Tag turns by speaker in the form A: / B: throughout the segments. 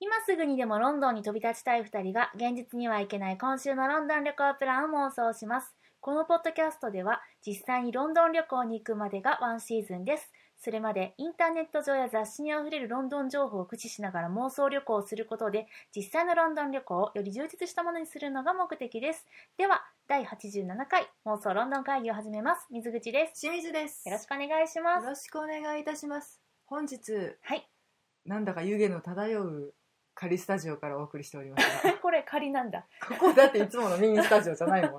A: 今すぐにでもロンドンに飛び立ちたい2人が現実には行けない今週のロンドン旅行プランを妄想しますこのポッドキャストでは実際にロンドン旅行に行くまでがワンシーズンですそれまでインターネット上や雑誌にあふれるロンドン情報を駆使しながら妄想旅行をすることで実際のロンドン旅行をより充実したものにするのが目的ですでは第87回妄想ロンドン会議を始めます水口です
B: 清水です
A: よろしくお願いします
B: よろしくお願いいたします本日
A: はい
B: なんだか湯気の漂う仮スタジオからお送りしております が
A: これ仮なんだ
B: ここだっていつものミニスタジオじゃない も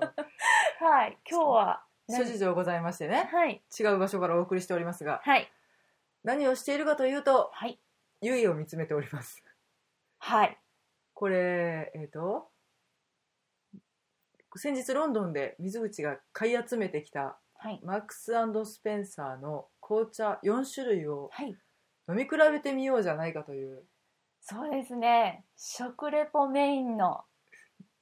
B: の
A: はい今日は
B: 諸事情ございましてね
A: はい
B: 違う場所からお送りしておりますが
A: はい
B: 何をしているかというと
A: はい
B: 湯気を見つめております
A: はい
B: これえっ、と先日ロンドンで水口が買い集めてきた
A: はい
B: マックススペンサーの紅茶4種類を
A: はい
B: 飲み比べてみようじゃないかという
A: そうですね食レポメインの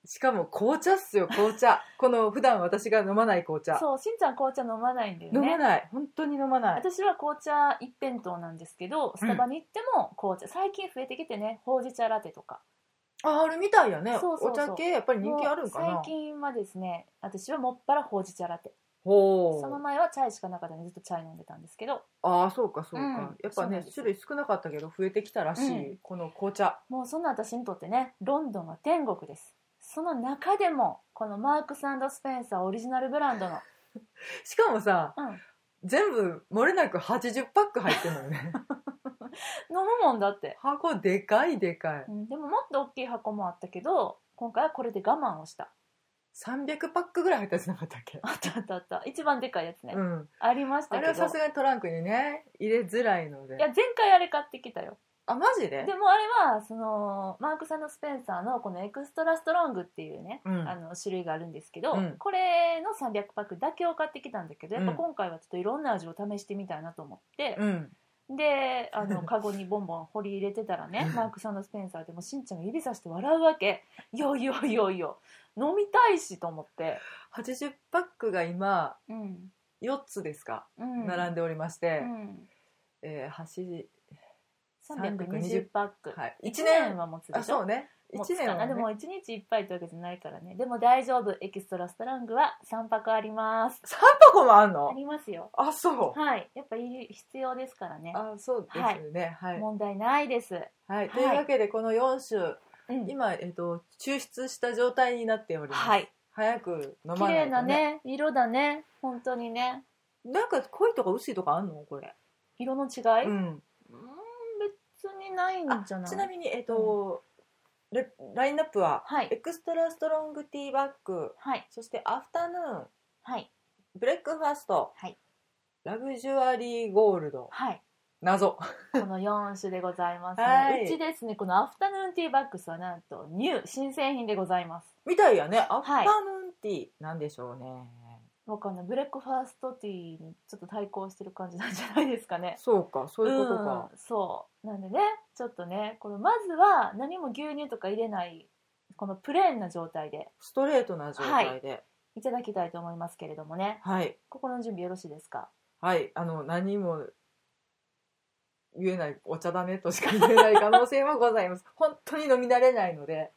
B: しかも紅茶っすよ紅茶この普段私が飲まない紅茶、
A: そうしんちゃん紅茶飲まないんだよね
B: 飲まない本当に飲まない
A: 私は紅茶一辺倒なんですけどスタバに行っても紅茶、最近増えてきてねほうじ茶ラテとか
B: ああるみたいやね
A: そうそうそう
B: お茶系やっぱり人気あるんか
A: も
B: な
A: う最近はですね私はもっぱらほうじ茶ラテ
B: ほ
A: その
B: う
A: 前はチャイしかなかったのでずっとチャイ飲んでたんですけど
B: ああそうかそ
A: う
B: うか、
A: ん
B: やっ
A: そ
B: ぱ
A: うなん
B: ね
A: です
B: 種類少なかったけど増えてきたらしい、
A: う
B: この紅茶
A: もうそんな私にとってねロンドンは天国ですその中でもこのマークススペンサーオリジナルブランドの、
B: しかもさ
A: うん、飲
B: 全部漏れなく80パック入ってるの よね
A: むもんだって、
B: 箱でかいでかい
A: うん、でももっと大きい箱もあったけど今回はこれで我慢をした
B: 300パックぐらい入ったやつなかったっけ、
A: あったあったあった一番でかいやつね、
B: うん
A: ありました
B: あ
A: けど
B: れはさすがにトランクにね入れづらいので
A: いや前回あれ買ってきたよ
B: あマジで
A: でもあれはそのマークさんのスペンサーのこのエクストラストロングっていうね、
B: うん
A: あの種類があるんですけど、
B: うん
A: これの300パックだけを買ってきたんだけどやっぱ
B: うん
A: 今回はちょっといろんな味を試してみたいなと思って、
B: うん
A: であのカゴにボンボン掘り入れてたらねマークさんのスペンサーでもしんちゃんが指さして笑うわけ「よいよいよいよ飲みたいし」と思って、
B: 80パックが今
A: うん
B: 4つですか、
A: うん、
B: 並んでおりまして、
A: うん、
B: えー走
A: 320パック、
B: はい、
A: 一1
B: 1年
A: 年は持つでしょ
B: あそうね
A: 持
B: 1
A: つ
B: 年
A: か
B: は、
A: な、で、
B: ね
A: も1日いっぱいというわけじゃないからねでも大丈夫エキストラストロングは3泊あります
B: 3箱もあ
A: あ
B: んの
A: りますよ
B: あそう
A: はいやっぱいる必要ですからね
B: あそうですねはい、はい
A: 問題ないです、
B: というわけでこの4種、
A: うん、
B: 今、えっと抽出した状態になっております、
A: はい
B: 早く
A: 綺
B: 飲まな
A: 麗
B: いと、ね、
A: なね色だね本当にね
B: なんか濃いとか薄いとかあんのこれ、
A: 色の違い、う、
B: うんん、
A: 別にない
B: あ
A: んじゃない
B: ちなみにえっ、と、レラインナップは、
A: はい
B: エクストラストロングティーバッグ
A: はい
B: そしてアフタヌーン
A: はい
B: ブレックファースト、
A: はい
B: ラグジュアリーゴールド
A: はい
B: 謎
A: この4種でございますね、
B: はいう
A: ちですねこのアフタヌーンティーバッグスはなんとニュー新製品でございます
B: みたいやねア
A: い
B: フタヌーンティー、なんでしょうね
A: わかんないブレックファーストティーにちょっと対抗してる感じなんじゃないですかね
B: そうかそういうことか、
A: うん、そうなんでねちょっとねこのまずは何も牛乳とか入れないこのプレーンな状態で
B: ストレートな状態で
A: いただきたいと思いますけれどもね
B: はい
A: 心の準備よろしいですか
B: はい、あの何も言えないお茶だねとしか言えない可能性もございます 本当に飲み慣れないので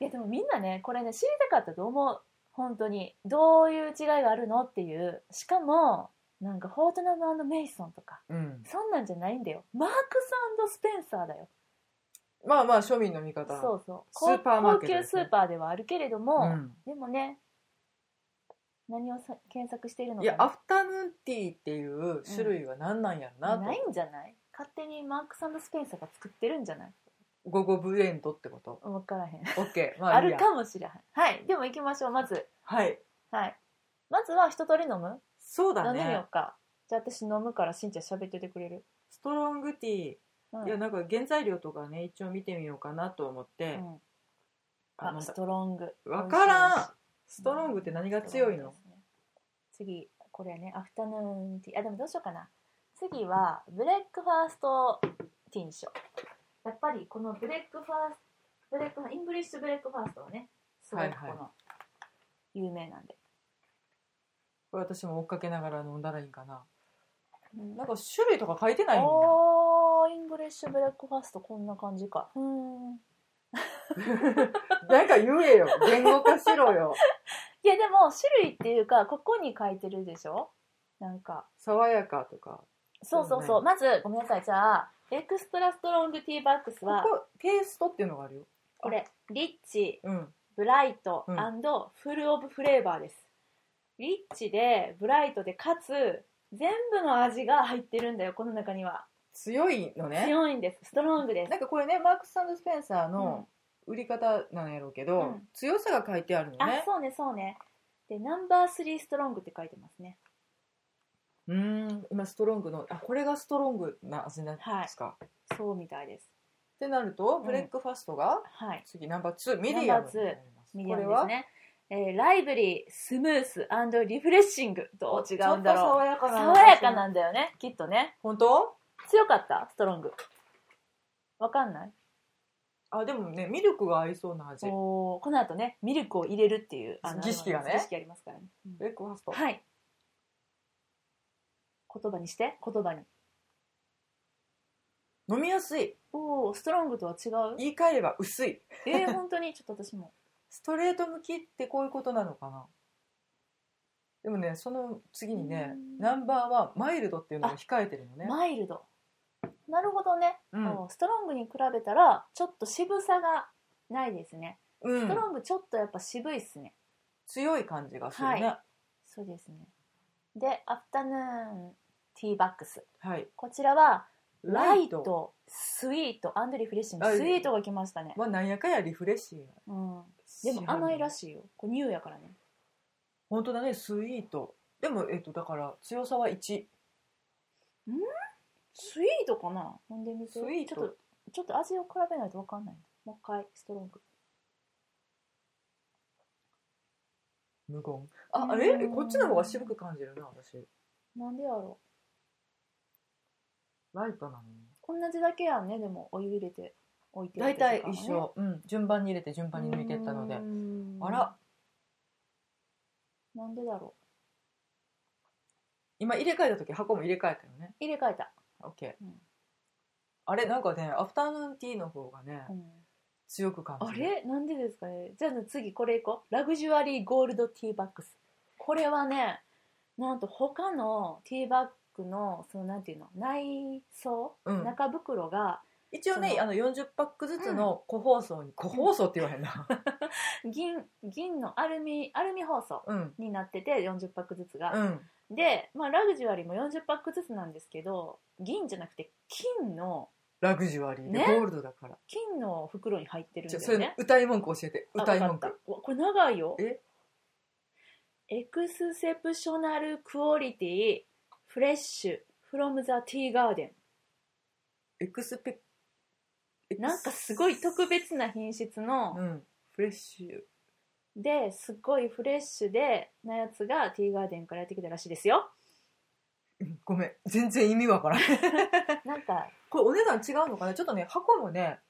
A: いやでもみんなねこれね知りたかったと思う本当にどういう違いがあるのっていうしかもなんかフォートナムメイソンとか
B: うん
A: そんなんじゃないんだよマークススペンサーだよ
B: まあまあ庶民の味方
A: そうそう
B: スーパーマーケ
A: 高
B: ットで
A: 級
B: す
A: ス
B: ね
A: ーパーではあるけれども、
B: うん
A: でもね何をさ検索しているの
B: いや
A: か
B: アフタヌーンティーっていう種類は何なんやろな
A: な
B: と、
A: ないんじゃない勝手にマークススペンサーが作ってるんじゃない
B: 午後ブレンドってこと
A: 分からへん
B: OK ま
A: あ
B: あいい
A: る
B: や
A: かもしれへんはいでも行きましょうまず
B: はい
A: はいまずは一通り飲む、
B: そうだ
A: 飲んでみ
B: ね
A: ようかじゃあ私飲むからしんちゃん喋っててくれる、
B: ストロングティー
A: うん
B: いやなんか原材料とかね一応見てみようかなと思って、
A: うん
B: あ
A: あ
B: の
A: ストロング
B: わから
A: 美味
B: ん
A: しい
B: ストロングって何が強いの、
A: そうですね次これねアフタヌーンティーあでもどうしようかな次はブレックファーストティーにしようやっぱりこのブレックファーストブレックファイングリッシュブレックファーストはねすごい
B: はい
A: こ
B: はい
A: の有名なんで、
B: これ私も追っかけながら飲んだらいいんかな
A: うん
B: なんか種類とか書いてないんだ
A: おあイングリッシュブレックファストこんな感じかうーん
B: 誰か言えよ言語化しろよ
A: いやでも種類っていうかここに書いてるでしょなんか
B: 爽やかとか
A: そうそう
B: そ
A: そううまずごめんなさいじゃあエクストラストロングティーバックス
B: こ
A: は
B: こテイストっていうのがあるよ
A: これリッチ
B: うん
A: ブライト
B: うん
A: フルオブフレーバーです、リッチでブライトでかつ全部の味が入ってるんだよこの中には
B: 強いのね
A: 強いんですストロングです
B: なんかこれねマークス・スペンサーの売り方なんやろうけど、
A: うん
B: 強さが書いてあるの
A: あ
B: ね
A: そうねそうねでナンバー3ストロングって書いてますね
B: うーん今ストロングのあこれがストロングな味なんですか、っ
A: そうみたいです
B: てなると
A: ん
B: ブレックファストが、
A: はい
B: 次ナンバー2ミディアムになります
A: ミディ
B: こ
A: ア
B: れ
A: ムです
B: は
A: ねえーライブリースムースリフレッシングどう違うんだ
B: ちょっと
A: ろ
B: 爽や
A: う
B: かな
A: 爽やかなんだよねきっとね
B: 本当
A: 強かったストロングわかんない
B: あでもねミルクが合いそうな味ブ
A: おーこの後ねミルクを入れるっていうあの
B: 儀式がね
A: 儀式ありますからね、うん
B: レックファスト
A: はい言葉にして言葉に
B: 飲みやすい
A: おおストロングとは違う
B: 言い換えれば薄い
A: えー、本当にちょっと私も
B: ストレート向きってこういうことなのかなでもねその次にね
A: うん
B: ナンバーはマイルドっていうのが控えてるのね、
A: マイルドなるほどね、
B: うん
A: おストロングに比べたらちょっと渋さがないですね
B: うん
A: ストロングちょっとやっぱ渋いっすね、
B: 強い感じがするねは
A: はそうですねでアフタヌーンティーバックス
B: い、
A: こちらはラ
B: ラ
A: イ
B: イ
A: ト
B: ト
A: スイートアンドリフレッシン
B: ラ
A: グ
B: イト
A: スイートが来ましたね、
B: はなんやかんやリフレッシュ
A: うん、でも甘いらしいよこれ乳やからね
B: 本当だねスイートでもえっとだから強さは1ち
A: スイートかな飲んでみて
B: スイート
A: ちょっとちょっと味を比べないと分かんないもう一回ストロング
B: 無言ああれ
A: うん
B: こっちの方が渋く感じるな私
A: なんでやろ
B: ライトなのに
A: う同じだけやんねでもお湯入れて置いておい
B: 大
A: て
B: 体
A: とかね
B: 一緒、うん、順番に入れて順番に抜いてったので
A: うん
B: あら
A: なんでだろ
B: 今入れ替えた時箱も入れ替えたよね
A: う入れ替えた、
B: OK、
A: うん
B: あれなんかねアフタヌーンティーの方がね
A: うん
B: 強く感
A: あ
B: じる
A: れなんでですかねじゃあ次これいこうラグジュアリーゴールドティーバッグスこれはねなんと他のティーバッグのそのなんていうの内装、
B: うん
A: 中袋が
B: 一応ね
A: その
B: あの40パックずつの個包装に、個包装って言わへ んな
A: 銀銀のアルミアルミ包装
B: うん
A: になってて40パックずつ
B: う
A: が、
B: ん
A: で、まあ、ラグジュアリーも40パックずつなんですけど銀じゃなくて金の
B: ラグジュアリーで、
A: ね
B: ゴールドだから
A: 金の袋に入ってるん
B: ちょ
A: だ
B: そ
A: よ
B: れ
A: ね
B: 歌い文句教えて
A: あ
B: 歌い
A: わ
B: 文
A: かっ
B: 句
A: たわこれ長いよ
B: え
A: エクスセプショナルクオリティフレッシュフロムザティーガーデ
B: エクスペエク
A: ン
B: ス
A: なんかすごい特別な品質の、
B: うんフレッシュ
A: ですごいフレッシュでなやつがティーガーデンからやってきたらしいですよ
B: うんごめん全然意味わからん
A: なんか
B: これお値段違うのかなちょっとね箱もね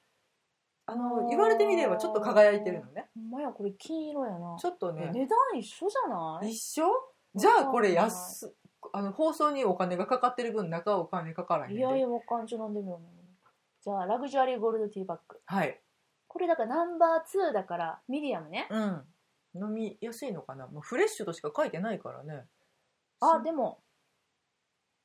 B: あ
A: お
B: の
A: ー
B: 言われてみればちょっと輝いてるのね
A: ほんまやこれ金色やな
B: ちょっとね
A: 値段一緒じゃない
B: 一緒じゃあこれ安あの放送にお金がかかってる分中はお金かからへん
A: い
B: で
A: やいやわかんちょ飲んでみようじゃあラグジュアリーゴールドティーバッグ
B: はい
A: これだからナンバー2だからミディアムね
B: うん飲みやすいのかなもうフレッシュとしか書いてないからね
A: あ
B: し
A: でも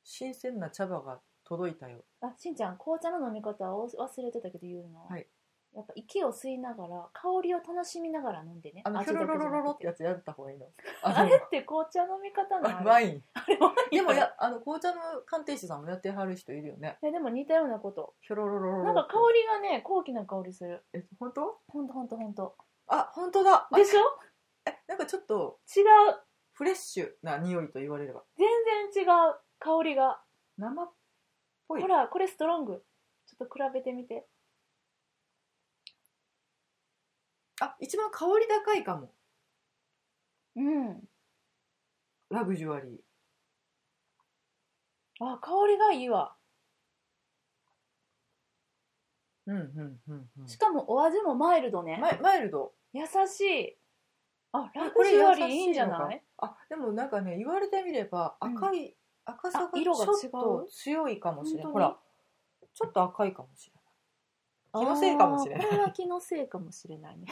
B: 新鮮な茶葉が届いたよ
A: あしんちゃん紅茶の飲み方を忘れてたけど言うの、
B: はい
A: やっぱ息を吸いながら香りを楽しみながら飲んでね
B: あのヒ
A: 味
B: ョ
A: だけじ
B: ロ
A: ゃ
B: ロ
A: な
B: ロロロっ
A: く
B: てやつやった方がいいの
A: あ
B: あ
A: れって紅茶飲み方
B: の
A: なの
B: ワ
A: イ
B: イン
A: あれワイン
B: でもやあの紅茶の鑑定士さんもやってはる人いるよね
A: いやでも似たようなこと
B: ヒョロロロロロ
A: なんか香りがね高貴な香りする
B: え本当
A: ほんとほんとほんと
B: あ本当だあ
A: でしょ
B: えなんかちょっと
A: 違う
B: フレッシュな匂いと言われれば
A: 全然違う香りが
B: 生っぽい
A: ほらこれストロングちょっと比べてみて
B: あ一番香り高いかも
A: うん
B: ラグジュアリー
A: あ香りがいいわ
B: うんうんうんうん
A: しかもお味もマイルドね
B: マイマイルド
A: 優しいあラ
B: こ
A: グ
B: れ
A: ジュアリー
B: 優し
A: いいんじゃ
B: のか
A: ない
B: あでもなんかね言われてみれば赤い、赤さ
A: あ
B: がち
A: 色
B: ょ
A: が違う
B: っと強いかもしれない
A: 本当に
B: ほらちょっと赤いかもしれない。気のせいかもしれない
A: あーこれは気のせいかもしれないね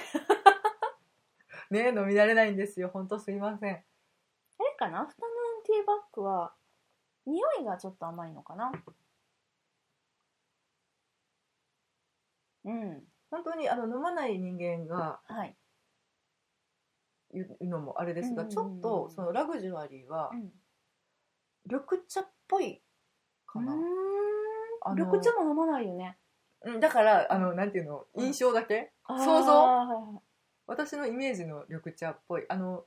B: ねえ飲み慣れないんですよ。ほんとすいません。
A: あれかなアフタヌーンティーバッグは匂いがちょっと甘いのかなうん
B: 本当にあの飲まない人間が
A: はい、
B: 言うのもあれですが、
A: うん
B: ちょっとそのラグジュアリーは
A: うん、
B: 緑茶っぽいかな。あ
A: うー
B: の
A: ん緑茶も飲まないよね
B: うん、だから、あの、なんていうの、
A: うん
B: 印象だけ、
A: あ
B: 想
A: ーはいは
B: 像
A: いはい
B: 私のイメージの緑茶っぽい。あの、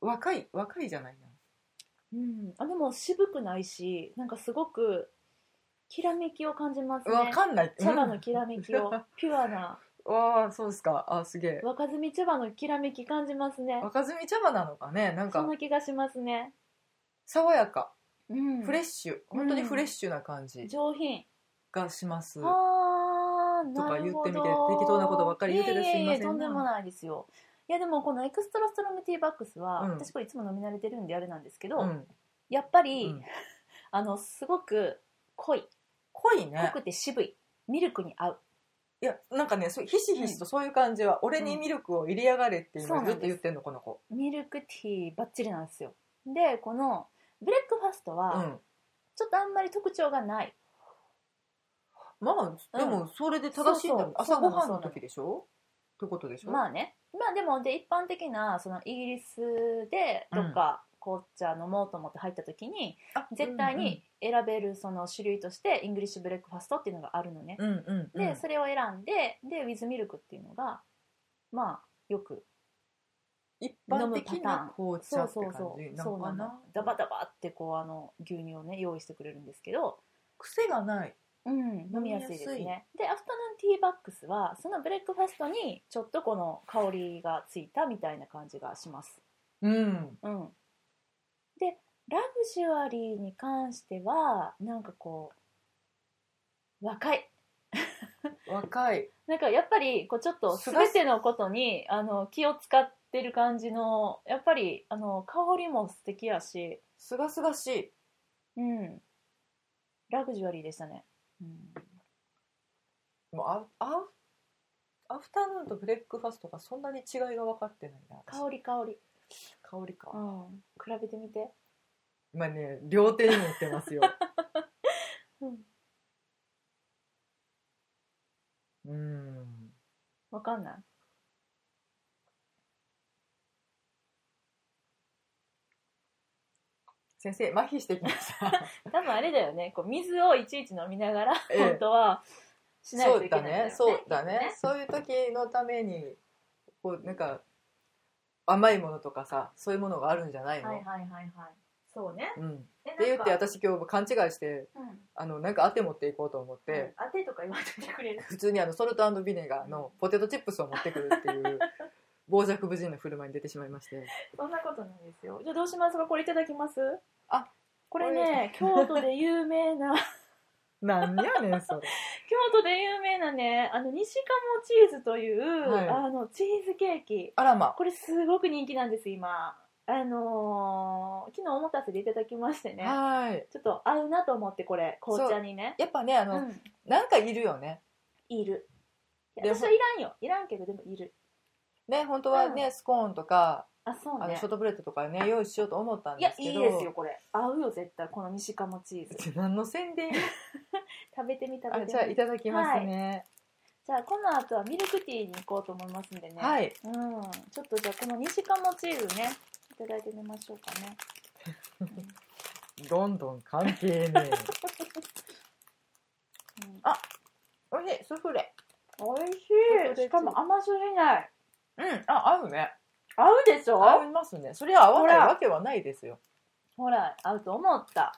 B: 若い、若いじゃないな。
A: うん、あでも渋くないしなんかすごくきらめきを感じますね
B: わかんない。
A: 茶葉のきらめきを、
B: うん
A: ピュアな
B: わあ、そうですか。あ、すげえ。
A: 若摘み茶葉のきらめき感じますね
B: 若摘み茶葉なのかね。なん
A: そ
B: か
A: ん、な気がしますね、
B: 爽やか、
A: うん、
B: フレッシュ、本当にフレッシュな感じ
A: 上品
B: がします。
A: あー
B: とか
A: なるほど
B: 言ってみて適当なことばっかり言っててすいません
A: いえいえいえとんでもないですよいやでもこのエクストラストロムティーバックスは、
B: うん
A: 私これいつも飲み慣れてるんであれなんですけど、
B: うん、
A: やっぱり、
B: うん
A: あのすごく濃い
B: 濃いね
A: 濃。くて渋いミルクに合う
B: いや、なんかね、そうひしひしとそういう感じは、俺にミルクを入れやがれっていう
A: そうな
B: の
A: んで
B: ずっ
A: す
B: と言ってんの、この子。
A: ミルクティーバッチリなんですよでこのブレックファスト
B: う
A: は
B: ん。
A: ちょっとあんまり特徴がない、
B: まあ、でも、それで正しいんだもん。
A: そうそう
B: 朝ごはんの時でしょってことでしょ
A: まあねまあでもで一般的なそのイギリスでどっか紅茶飲もうと思って入った時に、
B: あ
A: 絶対に選べるその種類としてイングリッシュブレックファストっていうのがあるのね、
B: うんうんうん
A: でそれを選んででウィズミルクっていうのがまあよく
B: 一般的
A: 飲むパター
B: な
A: ン
B: 紅
A: そ
B: 茶
A: う
B: って
A: そう
B: 感
A: そう
B: じな
A: そ
B: の
A: うな
B: か
A: の
B: な
A: ダバダバってこうあの牛乳をね用意してくれるんですけど、
B: 癖がない
A: うん、飲みやすいですねでアフタヌーンティーバックスはそのブレックファストにちょっとこの香りがついたみたいな感じがします
B: うん
A: うんでラグジュアリーに関してはなんかこう若い
B: 若い
A: なんかやっぱりこうちょっと
B: すがす
A: 全てのことにあの気を使ってる感じのやっぱりあの香りも素敵やし
B: すがすがしい
A: うんラグジュアリーでしたね、うん、
B: もうアアフアフタヌーンとブレックファストがそんなに違いが分かってないな私
A: 香り香り、
B: 香りか、
A: うん、比べてみて
B: 今ね両手に持ってます よ
A: うん
B: うん
A: わかんない
B: 先生麻痺してきました
A: 多分あれだよねこう水をいちいち飲みながら、
B: ええ
A: 本当はしない
B: そ
A: と
B: う
A: いけな
B: だ
A: いんだよ
B: ねそうだねそういう時のためにこうなんか甘いものとかさそういうものがあるんじゃないの、
A: はいはいはいはいそうね
B: うん、っ
A: えなんか
B: て言って私今日勘違いして
A: うん
B: あのなんかあて持っていこうと思って、
A: うん当てとか言わせてくれ る
B: 普通にあのソルトビネガーのポテトチップスを持ってくるっていう 傍若無人の振る舞いに出てしまいまして
A: そんなことないですよじゃあどうしますかこれいただきます
B: あ
A: これね京都で有名な 京
B: なんやねんそれ
A: 都で有名なねあの西鴨チーズという、
B: はい
A: あのチーズケーキ
B: あらま
A: これすごく人気なんです今あのー昨日お持たせでいただきましてね
B: はい
A: ちょっと合うなと思ってこれ紅茶にね
B: やっぱねあ
A: う
B: の、
A: ん
B: なんかいるよね
A: いるい
B: で
A: や私はいらんよいらんけどでもいる
B: ね本当はね、スコーンとか
A: あそう
B: あの
A: ね
B: ショートブレッドとかね用意しようと思ったん
A: い
B: で
A: や
B: すけど
A: いいですよこれ合うよ絶対この西鴨チーズ
B: ちょ 何の宣伝
A: 食べてみ食べ
B: あ
A: てみ
B: じゃあいただきますね
A: じゃあこの後はミルクティーに行こうと思いますんでね
B: はい、
A: うんちょっとじゃあこの西鴨チーズねいただいてみましょうかね
B: どんどん関係ね え
A: うん
B: おいしいスフレ
A: おいし
B: そう
A: い
B: です
A: しかも甘すぎない
B: うんあ合うね
A: 合うでし
B: 合
A: ょ
B: いますねそれは合わない
A: ほら
B: わけはないですよ、
A: ほら合うと思った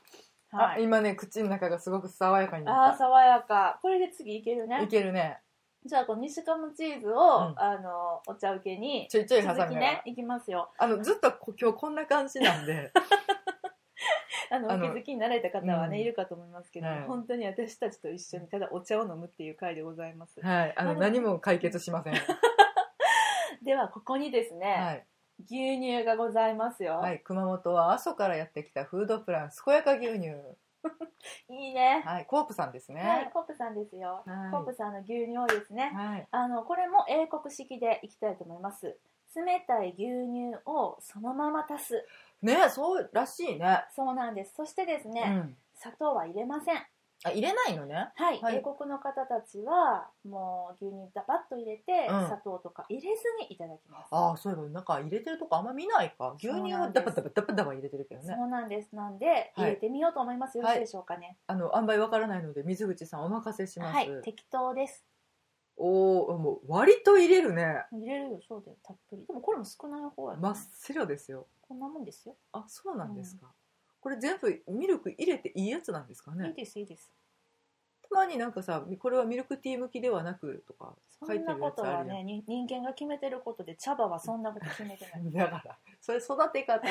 A: は
B: あ
A: い
B: 今ね口の中がすごく爽やかに
A: あ
B: な
A: ー
B: っ
A: 爽やかこれで次いける
B: たい
A: ね
B: けるね
A: じゃあこの西鴨チーズを、
B: うん
A: あのお茶受けに
B: ちょいちょい挟みな
A: 続き
B: がら
A: ね、いきますよ。
B: あのずっとこ今日こんな感じな んで
A: あの、
B: あ
A: お気
B: の
A: づきになられた方はね、
B: うん
A: いるかと思いますけど、
B: はい
A: 本当に私たちと一緒にただお茶を飲むっていう回でございます。
B: はいあの何も解決しませんは
A: では、ここにですね、
B: い、
A: 牛乳がございますよ。
B: はい、熊本は阿蘇からやってきたフードプラン健やか牛乳
A: いいね。
B: はい、コープさんです
A: はい
B: ね。、
A: コップさんですよ。
B: はい
A: コップさんの牛乳ですね。
B: はい。
A: あのこれも英国式でいきたいと思います。冷たい牛乳をそのまま足す。
B: ね、そうらしいね。
A: そうなんです。そしてです
B: う
A: ね、
B: ん。
A: 砂糖は入れません。
B: あ、入れないのね。
A: はい、
B: はい
A: 英国の方たちはもう牛乳ダバッと入れて、
B: うん
A: 砂糖とか入れずにいただきます。
B: ああ、そういえば、なんか入れてるとこあんま見ないか。牛乳はダバダバダバダバ入れてるけどね。
A: そうなんです。なんで入れてみようと思います。よろしいでしょうかね。
B: あの、あんまりわからないので、水口さんお任せします。
A: はい、適当です。
B: おお、もう割と入れるね。
A: 入れるよ、そうだよ、たっぷり。でもこれも少ない方やね
B: 真っ白ですよ。
A: こんなもんですよ。
B: あ、そうなんですか。これ全部ミルク入れていいやつなんですか
A: いい
B: ね。
A: です、いいです。
B: たまになんかさ、これはミルクティー向きではなくとか
A: そ
B: 書い
A: ん
B: て
A: な
B: る
A: こ
B: や
A: と
B: つあ
A: は
B: るや
A: ね、に人間が決めてることで、茶葉はそんなこと決めて ない。
B: ん。だから、それ育て方。こ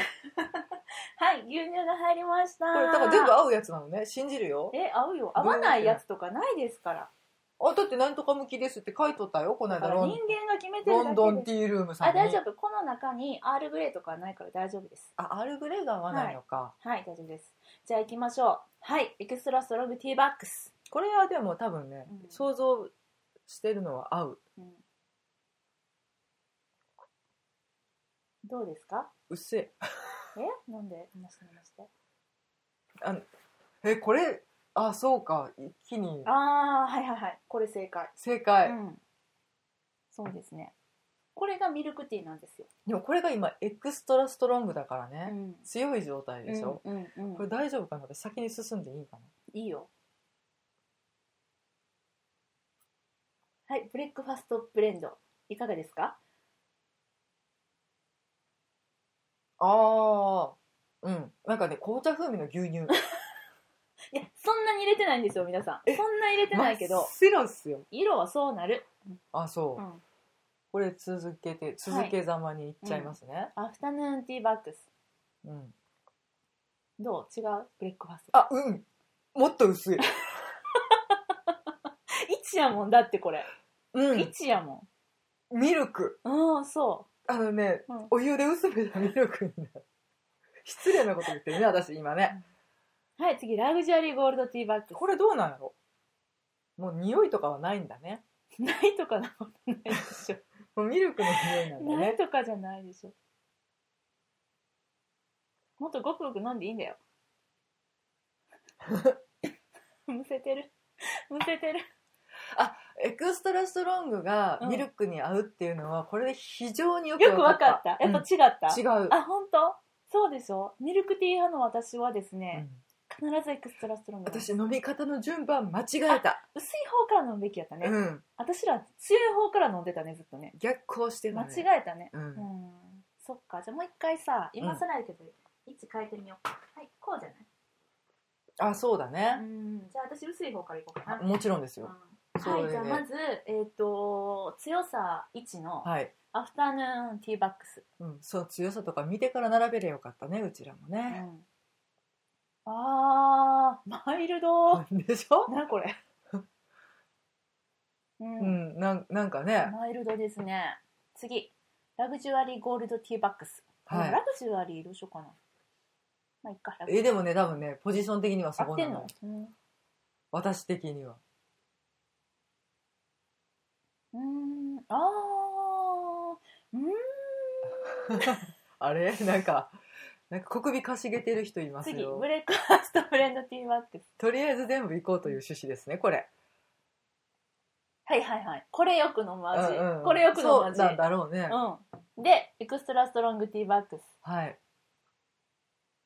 A: はい、牛乳が入りました。
B: れ、だから全部合うやつなのね。信じるよ。
A: え、合うよ。合わないやつとかないですから。
B: あ、だってなんとか向きですって書いとったよ、この
A: だか
B: 間
A: ら
B: ロ
A: 人
B: ン
A: 間が決めてる
B: ロ
A: だ
B: ンドン
A: けで
B: ティールーム
A: す。
B: さん
A: あ、
B: に。
A: 大丈夫。この中にアールグレーとかはないから大丈夫です。
B: あ、アールグレイが合わないのか。
A: はい、大丈夫です。じゃあ行きましょう。はい、エクストラストロングティーバックス。
B: これはでも多分ね、
A: うん
B: 想像してるのは合う。
A: うんどうですか
B: うっせ
A: えなんで話してみまして
B: え。え、これ、あ、そうか。一気に
A: ああ、はいはいはい。これ正解。
B: 正解。
A: うん。そうですね。これがミルクティーなんですよ。
B: でもこれが今、エクストラストロングだから
A: う
B: ね。
A: ん。
B: 強い状態でしょ。
A: うんうん
B: こ
A: う
B: れ
A: ん、
B: 大丈夫かな私先に進んでいいか
A: いいよ。はい、ブレックファストブレンド。いかがですか
B: なああ。うん。なんかね、紅茶風味の牛 乳。
A: いや、そんなに入れてないんですよ、皆さん。そんな入れてないけ
B: 真
A: ど
B: っ、白っすよ。
A: 色はそうなる。
B: あ、そ
A: う
B: う。
A: ん
B: これ続けて、続けざまにいっちゃいますね。
A: アフタヌーンティーバックス。
B: うん。
A: どう違うブレックファスト。
B: あ、うん。もっと薄 い。
A: 1やもんだってこれ。
B: うん。
A: 1やも
B: ミルク。
A: ん。うん、そ
B: あのね、
A: うん
B: お湯で薄めたミルクになる。失礼なこと言ってるね、私今ね。
A: う。はい、次、ラグジュアリーゴールドティーバックス。
B: これどうなんやろもう匂いとかはないんだね。
A: ないとかなことないでしょ。
B: もうミルクの匂 いなんだ
A: ない
B: ね。
A: とかじゃないでしょ。もっとごくごく飲んでいいんだよ。 むせてる。むせてる。
B: エクストラストロングがミルクに合うっていうのは、これで非常によく
A: よく
B: わ
A: わ
B: か
A: か
B: っ
A: ったた。。やっぱ違った。
B: うん違う。
A: あ、本当そうでしょミルクティー派の私はです
B: う
A: ね、
B: ん
A: 必ずエクストラストロング。
B: 私飲み方の順番間違えた。
A: 薄い方から飲むべきやったね。
B: うん。
A: 私ら強い方から飲んでたね、ずっとね。
B: 逆行して
A: 間
B: た、ね。
A: 違えたね。
B: うん
A: うん。そっか。じゃあもう一回さ、今更やけど、位置変えてみよう。はい、こうじゃない
B: あ、そうだね。
A: うんじゃあ私薄い方からいこうかな。
B: あもちろんですよ。
A: うん
B: そう
A: は
B: だ
A: い、じゃあ
B: よね
A: まず、えっ、と、強さ1の
B: はい。
A: アフタヌーンティーバックス。
B: うん。そう、強さとか見てから並べればよかったね、うちらも
A: う
B: ね。
A: ん、あー、マイルド。
B: でしょ
A: な これ。う、
B: うんん、なんなんかね、
A: マイルドですね。次、ラグジュアリーゴールドティーバックス。
B: はい
A: ラグジュアリーどうしようかな。まあ、いっか。ラグジュ
B: えでもね多分ねポジション的にはそ
A: 合
B: こ
A: って
B: なんの
A: の、うん
B: 私的には
A: うーん、あー、うーん。
B: あれ なんかなんか小首かしげてる人います
A: 次、
B: よ
A: ブレックファーストブレンドティーバックス。
B: とりあえず全部行こうという趣旨ですねこれ、
A: はいはいはい。これよく飲む
B: うん
A: 味。
B: うんうん
A: これよく飲む味。
B: そうなんだろうね、
A: うん。で、エクストラストロングティーバックス。
B: はい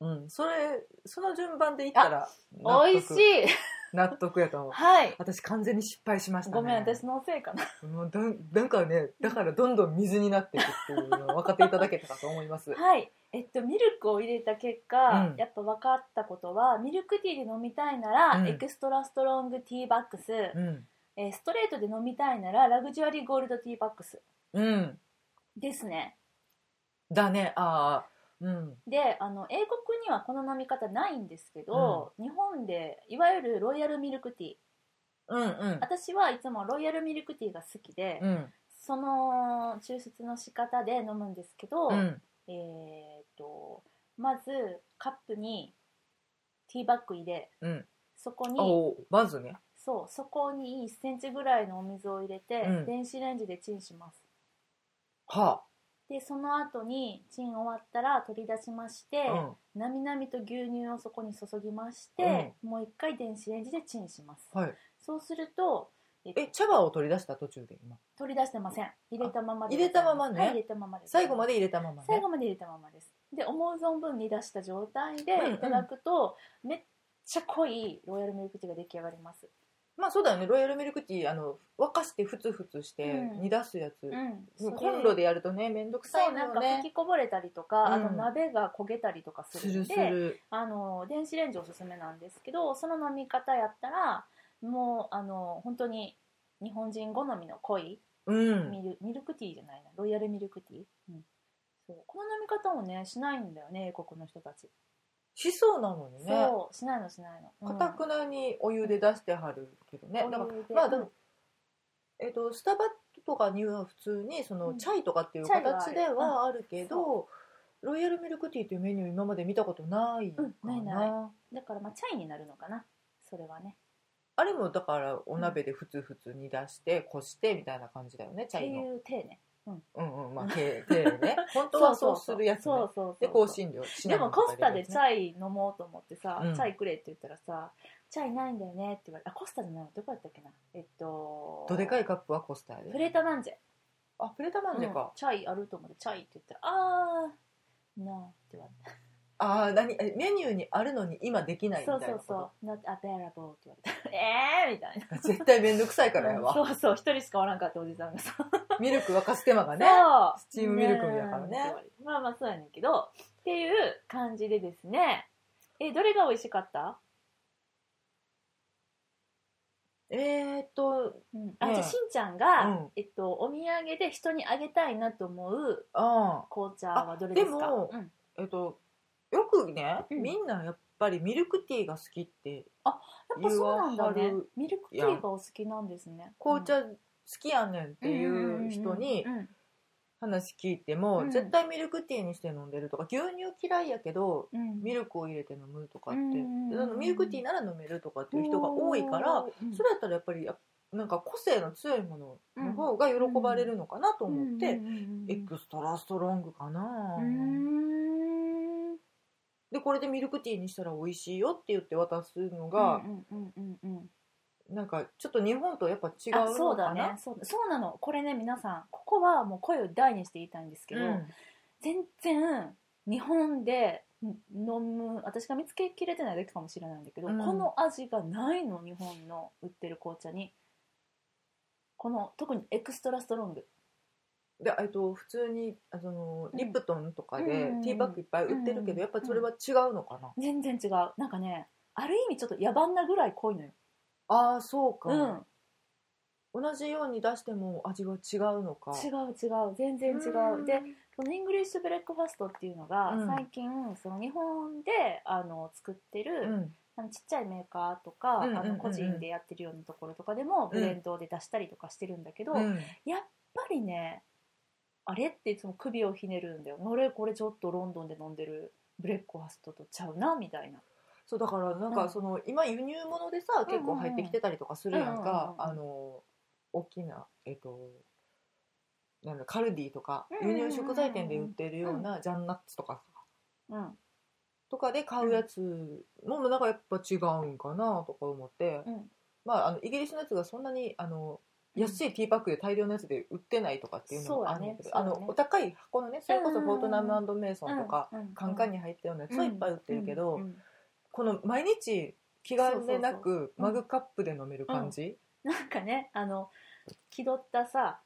B: うんそれその順番でいったら納
A: 美味し
B: 得
A: い
B: 納得やと思う
A: はい。
B: 私完全に失敗しましたね
A: ごめん、私のせいかな。
B: もうどんなんかねだからどんどん水になっていくっていうのを分かっていただけたかと思います
A: はい。えっと、ミルクを入れた結果、
B: うん
A: やっぱ分かったことは、ミルクティーで飲みたいなら、
B: うん
A: エクストラストロングティーバックス、
B: うん
A: えーストレートで飲みたいなら、ラグジュアリーゴールドティーバックス
B: うん
A: ですね。
B: だねああうん
A: で、あの、英国にはこの飲み方ないんですけど、日本で、いわゆるロイヤルミルクティー。
B: うんうん
A: 私はいつもロイヤルミルクティーが好きで、
B: うん
A: その抽出の仕方で飲むんですけど、
B: うん
A: えー、とまずカップにティーバッグ入れ
B: うん。
A: そこに
B: おうまずね。
A: そうそこに1センチぐらいのお水を入れて、
B: うん
A: 電子レンジでチンします
B: は
A: でその後にチン終わったら取り出しまして、
B: あ。うん。
A: なみなみと牛乳をそこに注ぎまして、もう一回電子レンジでチンします
B: はい。
A: そうすると
B: え、茶葉を取り出した途中で今。
A: 取り出してません入れたままで
B: あ入れたままね
A: はい入れたままです
B: 最後まで入れたままね。
A: 最後まで入れたままですで思う存分煮出した状態で
B: うんうん
A: いただくと、めっちゃ濃いロイヤルミルクティーが出来上がります
B: まあそうだよね。ロイヤルミルクティー、あの、沸かしてふつふつして
A: うん
B: 煮出すやつ。
A: うん
B: も
A: そうれ
B: コンロでやるとね、めんどくさ
A: そ
B: いうの
A: なん
B: よ
A: か
B: ね
A: 吹。きこぼれたりとか、あ
B: う
A: と
B: ん
A: 鍋が焦げたりとかす
B: す
A: る
B: る
A: ん
B: す
A: で
B: る。
A: あの電子レンジおすすめなんですけどその飲み方やったらもうあの本当に日本人好みの濃い
B: うん。
A: ミル,、ミルクティーじゃないなロイヤルミルクティー、うん、そうこの飲み方をねしないんだよね英国の人たち、
B: しそうなのにね。
A: そうしないのしないの
B: かた
A: うん
B: くなにお湯で出してはるけどね。
A: うん
B: だから
A: お湯で
B: まあで
A: うん
B: も、えっと、スタバとかには普通にそうの
A: ん
B: チャイとかっていう
A: チャイはあ
B: 形
A: る
B: ではあるけ
A: うん
B: ど、ロイヤルミルクティーっていうメニュー今まで見たことないか
A: うんないない
B: な。
A: だからまあチャイになるのかなそれはね
B: あれもだからお鍋でふつふつ煮出してこしてみたいな感じだよねチ
A: っ
B: ャ
A: て
B: イの
A: いう体ね
B: うんうんまあ手手で ね本当はそうするやつね
A: そうそうそう
B: で香辛料シ
A: で
B: ナ
A: も
B: モンとか
A: コスタ
B: 入れ
A: で
B: る
A: チャイ飲もうと思ってさ、
B: うん
A: チャイくれって言ったらさ「チャイないんだよね」って言われてあコスタじゃないのどこやったっけなえっと
B: どでかいカップはコスタやで
A: プレタマンジェ
B: あプレタマンジェ
A: うん
B: か、
A: チャイあると思ってチャイって言ったら「あーなあ」って言われ
B: ああ何えメニューにあるのに今できない
A: た
B: み
A: そう
B: たい
A: そ
B: な
A: う
B: こ
A: そう「not available」って言われた「えー」みたいな
B: と 絶対面倒くさいからやわ
A: そうそう一人しかおらんかったおじさんがさ
B: ミルク沸かす手間がね
A: そう
B: スチームミルクだからね
A: えまあまあそうやねんけどっていう感じでですねえどれが美味しかった、
B: えー、っと
A: うんあ
B: ね
A: じゃあしんちゃんが、
B: うん
A: えっと、お土産で人にあげたいなと思う
B: あ
A: 紅茶はどれですか
B: あでも
A: うん
B: ーえっとよくね、
A: うん
B: みんなやっぱりミルクティーが好きって
A: やっぱそうなんだ
B: 言わ
A: ね
B: はる
A: ミルクティーがお好きなんですね
B: 紅茶好きやねんっていう人に
A: うんうんうんうん
B: 話聞いても、
A: うん
B: 絶対ミルクティーにして飲んでるとか牛乳嫌いやけど
A: うん
B: ミルクを入れて飲むとかって、
A: うん
B: であのミルクティーなら飲めるとかっていう人が多いから、
A: うん
B: それやったらやっぱりやなんか個性の強いものの方が喜ばれるのかなと思って、
A: うんうんうん
B: エクストラストロングかな、
A: うん
B: でこれでミルクティーにしたら美味しいよって言って渡すのが
A: う、んうんうんうんうん
B: なんかちょっと日本とやっぱ違うのか
A: あ
B: な
A: そうだねそうそうなのこれね皆さんここはもう声を大にして言いたいんですけ
B: う
A: ど、
B: ん
A: 全然日本でん飲む私が見つけきれてないだけかもしれないんだけど、
B: うん
A: この味がないの日本の売ってる紅茶にこの特にエクストラストロング
B: でえっと、普通にあの
A: うん
B: リプトンとか
A: うん
B: で
A: うんうん
B: ティーバッグいっぱい売ってるけ
A: うん
B: どやっぱりそれは違うのかな、
A: 全然違うなんかねある意味ちょっと野蛮なぐらい濃いのよ、
B: ああそうか、
A: うん、
B: 同じように出しても味は違うのか
A: 違う違う全然違うでこのイングリッシュブレックファストっていうのが、
B: うん
A: 最近その日本であの作ってる、
B: うん
A: あのちっちゃいメーカーとか、
B: うんうんうんうん
A: あの個人でやってるようなところとかでも
B: うん
A: ブレンドで出したりとかしてるんだけど、やっ
B: うん
A: ぱりねあれっていつも首をひねるんだよ俺これちょっとロンドンで飲んでるブレックファストとちゃうなみたいな
B: そうだからなん
A: うん
B: かその、今輸入物でさ結構入ってきてたりとかするや
A: う
B: んか、
A: んうんうんうん
B: あの大きなえっとなんだカルディとか
A: うんうんうんう
B: 輸
A: ん
B: 入食材店で売ってるようなジャンナッツとか
A: うん
B: とかで買うやつもなんかやっぱ違うんかなとか思って、
A: うん
B: まああのイギリスのやつがそんなにあの安いティーパックで大量のやつで売ってないとかっていうのもあるんだけど、
A: そうだ
B: あ
A: ねそうだね
B: のお高い箱のねそれこそフォートナ
A: うんう
B: ムメイソンとか、
A: うん
B: カンカンに入ったようなやつはいっぱい売ってるけど、
A: うんうん
B: この毎日気兼ねな
A: そう
B: くマグカップで飲める感じ、
A: なんかねあの気取ったさ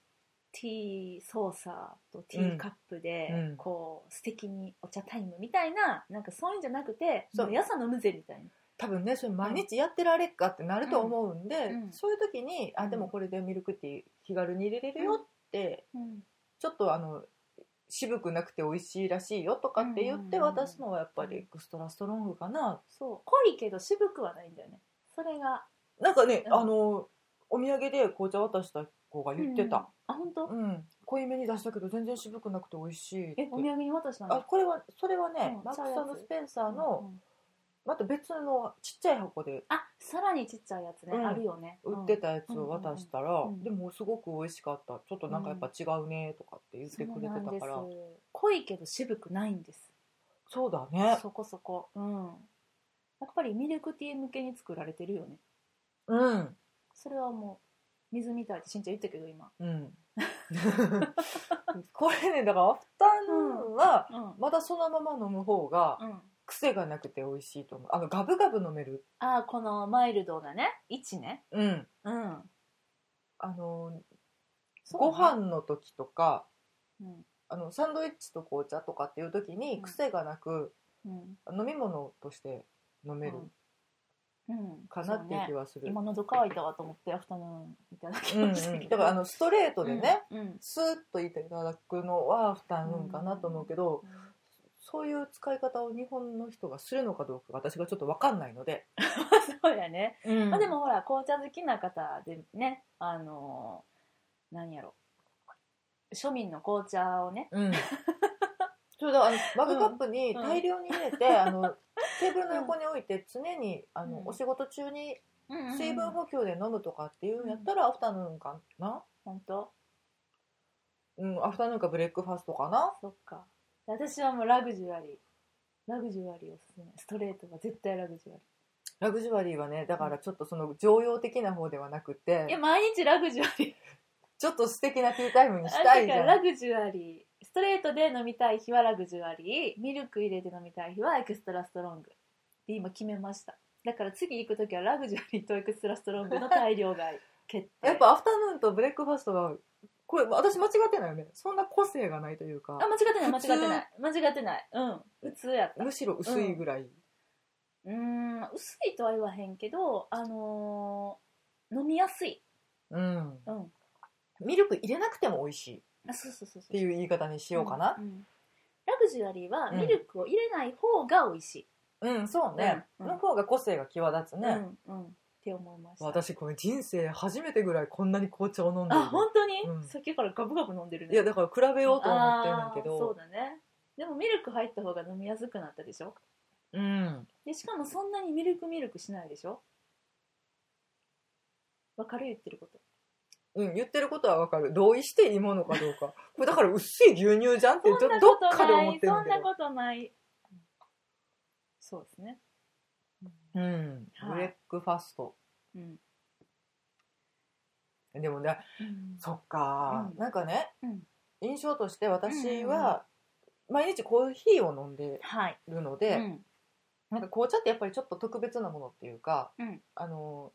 A: ティーソーサーとティーカップで、
B: うんうん
A: こう素敵にお茶タイムみたいななんかそういうんじゃなくて
B: そう
A: 毎朝飲むぜみたいな
B: 多分ねそれ毎日やってられっかってなると思うんで、
A: うんうん
B: そういう時に
A: う
B: あ
A: ん
B: でもこれでミルクティー気軽に入れれるよって、
A: うん
B: ちょっとあの渋くなくて美味しいらしいよとかって言って
A: うんうんうん
B: 渡すのはやっぱりエクストラストロングかな
A: そう濃いけど渋くはないんだよねそれが
B: なんかね、
A: うん
B: あのお土産で紅茶渡した子が言ってた、
A: うんあ本当、
B: うん濃いめに出したけど全然渋くなくて美味しいって
A: えお土産に渡した
B: あ
A: の
B: これはそれはね、
A: うん
B: マックス・
A: そういうやつ
B: スペンサーの、また別のちっちゃい箱で
A: あさらにちっちゃいやつね、
B: うん
A: あるよね
B: 売って
A: た
B: たやつを渡したら、
A: うんうんうん
B: でもすごく美味しかったちょっとなんかやっぱ違うねとかって言ってくれてたから、
A: 濃いけど渋くないんです
B: そうだね
A: そこそこうんやっぱりミルクティー向けに作られてるよね
B: うん
A: それはもう水みたいってしんちゃん言ったけど今
B: うん これねだからアフタヌーンは
A: うん、
B: まだそのまま飲む方が
A: うん、
B: 癖がなくて美味しいと思うあのガブガブ飲める
A: ああこのマイルドがね1ね
B: うん
A: うん
B: あの
A: そうね
B: ご飯の時とか
A: うん
B: あのサンドイッチと紅茶とかっていう時
A: う
B: に
A: ん
B: 癖がなく、
A: うん
B: 飲み物として飲める
A: うん
B: かなっていう気
A: は
B: はする、
A: 今喉乾いたわと思ってアフタヌーンいただき
B: うんう
A: ましたけど、
B: ん、だからあのストレートでね、
A: うん、うん
B: スーッといただくのは負担かなと思うけど、そういう使い方を日本の人がするのかどうかが私がちょっと分かんないので、
A: そうやね、まあ、で
B: で
A: もほら紅茶好きな方でねあのー何やろ庶民の紅茶をね
B: うん、それだあのマグカップに大量に入れて、あのテーブルの横に置いて常にあの、
A: うん
B: お仕事中に水
A: 水
B: 分
A: 分
B: 補給で飲むとかっていうんやったらアフタヌーンかな、
A: 本当
B: うん、アフタヌーンかブレックファーストかな
A: そっか私はもうラグジュアリーラグジュアリーおすすめストレートが絶対ラグジュアリ
B: ラグジュアリーはねだからちょっとその常用的な方ではなく
A: ーいや
B: て
A: 毎日ラグジュアリー
B: ちょっと素敵なティータイムにした
A: あ
B: い
A: だ
B: じ
A: から
B: ゃ
A: ラ
B: ん
A: グジュアリーストレートで飲みたい日はラグジュアリーミルク入れて飲みたい日はエクストラストロングで今決めましただから次行く時はラグジュアリーとエクストラストロングの大量 買い決定
B: やっぱアフタヌーンとブレックファーストはこれ私間違ってないよねそんな個性がないというか
A: あ間違ってない間違ってない間違ってないうん普通やった
B: むしろ薄いぐらい、
A: うーん薄いとは言わへんけどあのー飲みやすい
B: うん
A: うん
B: ミルク入れなくても美味しいっ
A: あそうそうそうそう
B: ていう言い方にしようかな
A: うんうんラグジュアリーは
B: うん
A: ミルクを入れない方が美味しい、
B: うん、そうね、
A: うん
B: の方が個性が際立つね、
A: うんうんって思いました
B: 私これ人生初めてぐらいこんなに紅茶を飲んでる
A: あ本当に、
B: うん
A: さっきからガブガブ飲んでるね
B: いやだから比べようと思ってるんだけ
A: あーそう
B: ど
A: だねでもミルク入った方が飲みやすくなったでしょ
B: うん
A: でしかもそんなにミルクミルクしないでしょわかる言ってること
B: うん、言ってることはわかる同意していいものかどうか これだから薄い牛乳じゃんって
A: そ
B: ど
A: んな
B: ど
A: こ
B: っ
A: と
B: かで
A: な
B: 思っ
A: い
B: てる
A: そ
B: ん
A: んな
B: だけど
A: ことないそうですね
B: うん
A: はい
B: ブレックファスト
A: うん
B: でもね
A: うん
B: そっか、
A: うん
B: なんかね、
A: うん
B: 印象として私は毎日コーヒーを飲んで
A: はい、
B: るの
A: う
B: で、
A: ん、
B: なんか紅茶ってやっぱりちょっと特別なものっていうか、
A: うん
B: あの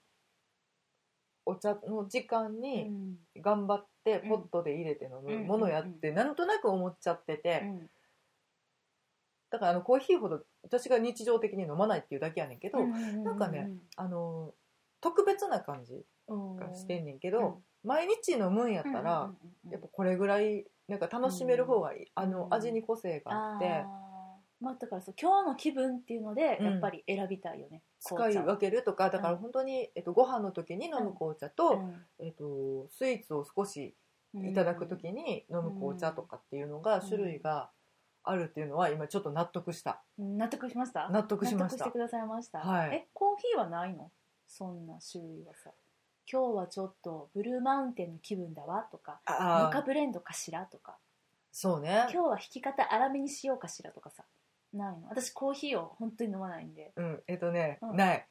B: お茶の時間
A: う
B: に
A: ん
B: 頑張って
A: うん
B: ポットで入れて飲
A: う
B: む
A: ん
B: ものやってなんとなく思っちゃってて、
A: うん
B: だからあのコーヒーほど私が日常的に飲まないっていうだけやねんけど、なんかね、あの特別な感じ
A: うん
B: がしてんねんけど、毎日飲むんやったら、
A: うんうんうんうん
B: やっぱこれぐらいなんか楽しめる方がいい、あ
A: う
B: の
A: ん
B: 味に個性があって、
A: あーまあだからそう今日の気分っていうので
B: うん
A: やっぱり選びたいよね、
B: 使い分けるとかだから本当に、えっと、ご飯の時に飲む紅茶と,、えっとスイーツを少しいただく
A: に
B: 時に飲む紅茶とかっていうの
A: ん
B: が種類があるっていうのは今ちょっと納得した
A: 納得しました
B: 納得しまし
A: 納得して
B: た
A: くださいました、
B: はい
A: えコーヒーはないのそんな種類はさ今日はちょっとブルーマウンテンの気分だわとかモ
B: あ
A: カ
B: あ
A: ブレンドかしらとか
B: そうね
A: 今日は弾き方粗めにしようかしらとかさないの私コーヒーを本当に飲まないんで
B: うんえっとね、
A: うん
B: ない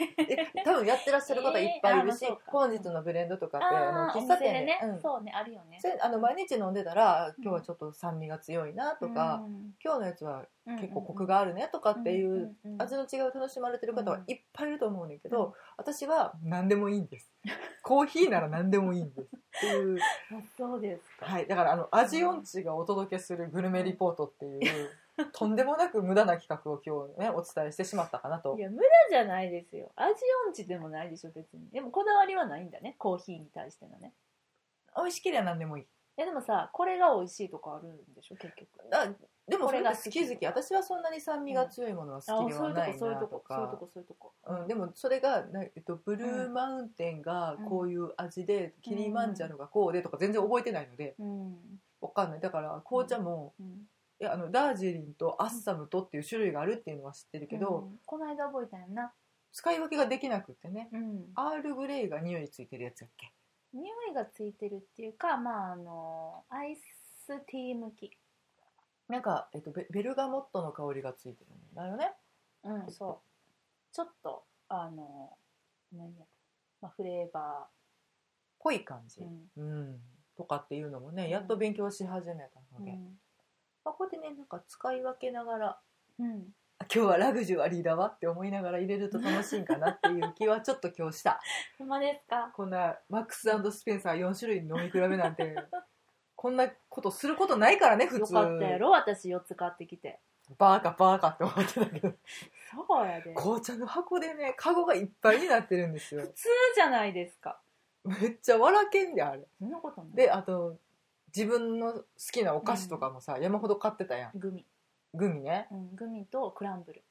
B: え多分やってらっしゃる方いっぱいいるし、
A: えーあーまあそうか
B: 本日のブレンドとかって
A: あーお
B: あの喫
A: 店
B: 茶
A: で
B: 店
A: ね、
B: うん
A: そうねあるよね
B: それあの毎日飲んでたら今日はちょっと酸味が強いなとか、今日のやつは
A: うん
B: 結構コクがあるねとかっていう、
A: んんん
B: 味の違いを楽しまれてる方はいっぱいいると思うねんだけど、
A: うん
B: 私は何でもいいんですコーヒーなら何でもいいんですっ ていう、
A: あそうですか
B: はい、だからあの味音痴がお届けするグルメリポートっていう、とんでもなく無駄な企画を今日ねお伝えしてしまったかなと
A: いや無駄じゃないですよ味音痴でもないでしょ別にでもこだわりはないんだねコーヒーに対してのね
B: 美味しければ何でもいい
A: いやでもさこれが美味しいとかあるんでしょ結局
B: だでもそれ
A: これ
B: が
A: が好き
B: 好き好き私はそんなに酸味が強いものは好きで
A: そうい
B: は
A: うと
B: な
A: こ
B: い
A: そういう
B: な
A: と
B: と
A: こそういうと
B: か
A: こそういうとこ
B: うん、でもそれが、なえっと、ブルーマウンテンがこういう味で、キリマンジャロがこうでとか全然覚えてないので
A: うん
B: わかんないだから紅茶も、
A: うん
B: いやあのダージリンとアッサムとっていう種類があるっていうのは知ってるけど、
A: うんこの間覚えたよな、
B: 使い分けができなくってね
A: うん、
B: アールグレイが匂いついてるやつやっけ
A: 匂いがついてるっていうかまああのアイスティー向き
B: なんか、えっと、ベベルガモットの香りがついてるんだよね
A: うんそうちょっとあの何や、まあ、フレーバ
B: 濃い感じ
A: ー、う、ん
B: うんとかっていうのもねやっと勉強し始めたので、まあ、こうやってねなんか使い分けながら
A: うん、
B: あ今日はラグジュアリーだわって思いながら入れると楽しいんかなっていう気はちょっと今日した
A: ほんまですか
B: こんなマックススペンサー4種類飲み比べなんて こんなことすることないからね普
A: よ
B: 通
A: かったやろ私4つ買ってきて
B: バーカバーカって思って たけど
A: そうやで普
B: 紅茶の箱でねカゴがいっぱいになってるんですよ
A: 通じゃないですか
B: めっちゃ笑けんであれ
A: そんなことない
B: であと自分の好きなお菓子とかもさ、山ほど買ってたやん
A: グミ、
B: グミね
A: うん、グミとクランブル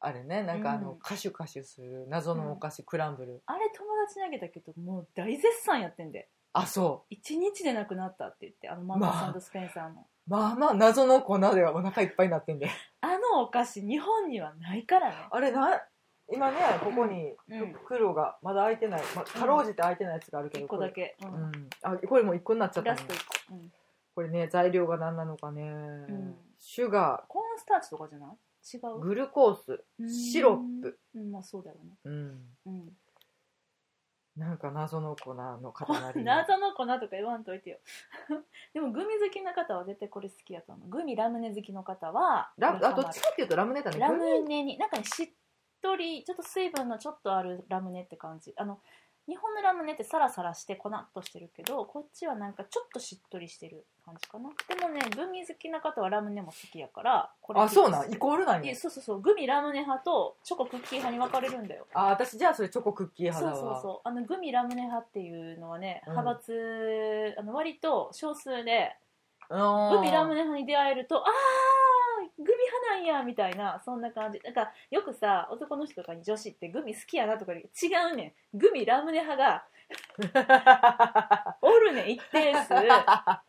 B: あれねなんかあの、
A: うん
B: カシュカシュする謎のお菓子、クランブル
A: あれ友達にあげたけどもう大絶賛やってんで
B: あそ
A: 1日でなくなったって言ってあのマ
B: まあ
A: ックススペンサーも、
B: うまあまあ謎の粉ではお腹いっぱいになってんで
A: あのお菓子日本にはないからね
B: あれな今ねここに
A: うん
B: 黒がまだ開いてない、まあ、かろうじて開いてないやつがあるけど
A: 1個だけ、う
B: これ
A: ん
B: うん、あこれもう1個になっちゃった
A: ラ
B: ね
A: スト1個、うん
B: これね材料が何なのかね、
A: ん
B: シュガ
A: コーンスターチとかじゃない違
B: ー
A: う
B: グルコー
A: う
B: ス
A: ん
B: シロップ、
A: うん、まあそうだよね、
B: うん、
A: うん、
B: なんか謎の粉の塊
A: こん 謎の粉とか言わんといてよ でもグミ好きな方は絶対これ好きやと思うグミラムネ好きの方は
B: ラ
A: これ
B: あ
A: ハマる
B: どっちかっていうとラムネだね
A: ラムネになんかねしっとりちょっと水分のちょっとあるラムネって感じあの日本のラムネってサラサラして粉っとしてるけどこっちはなんかちょっとしっとりしてる感じかなでもねグミ好きな方はラムネも好きやからこ
B: あそうなん
A: い
B: イコールなんや
A: やそうそうそうグミラムネ派とチョコクッキー派に分かれるんだよ
B: あ私じゃあそれチョコクッキー
A: そう
B: 派だ
A: そう
B: わ
A: そうあのグミラムネ派っていうのはね
B: うん
A: 派閥、あの割と少数で
B: うー
A: グ
B: ん
A: ミラムネ派に出会えるとあーグミ派なんやみたいなそんな感じなんかよくさ男の人とかに女子ってグミ好きやなとか言う違うねんグミラムネ派がおるねん一定 数だ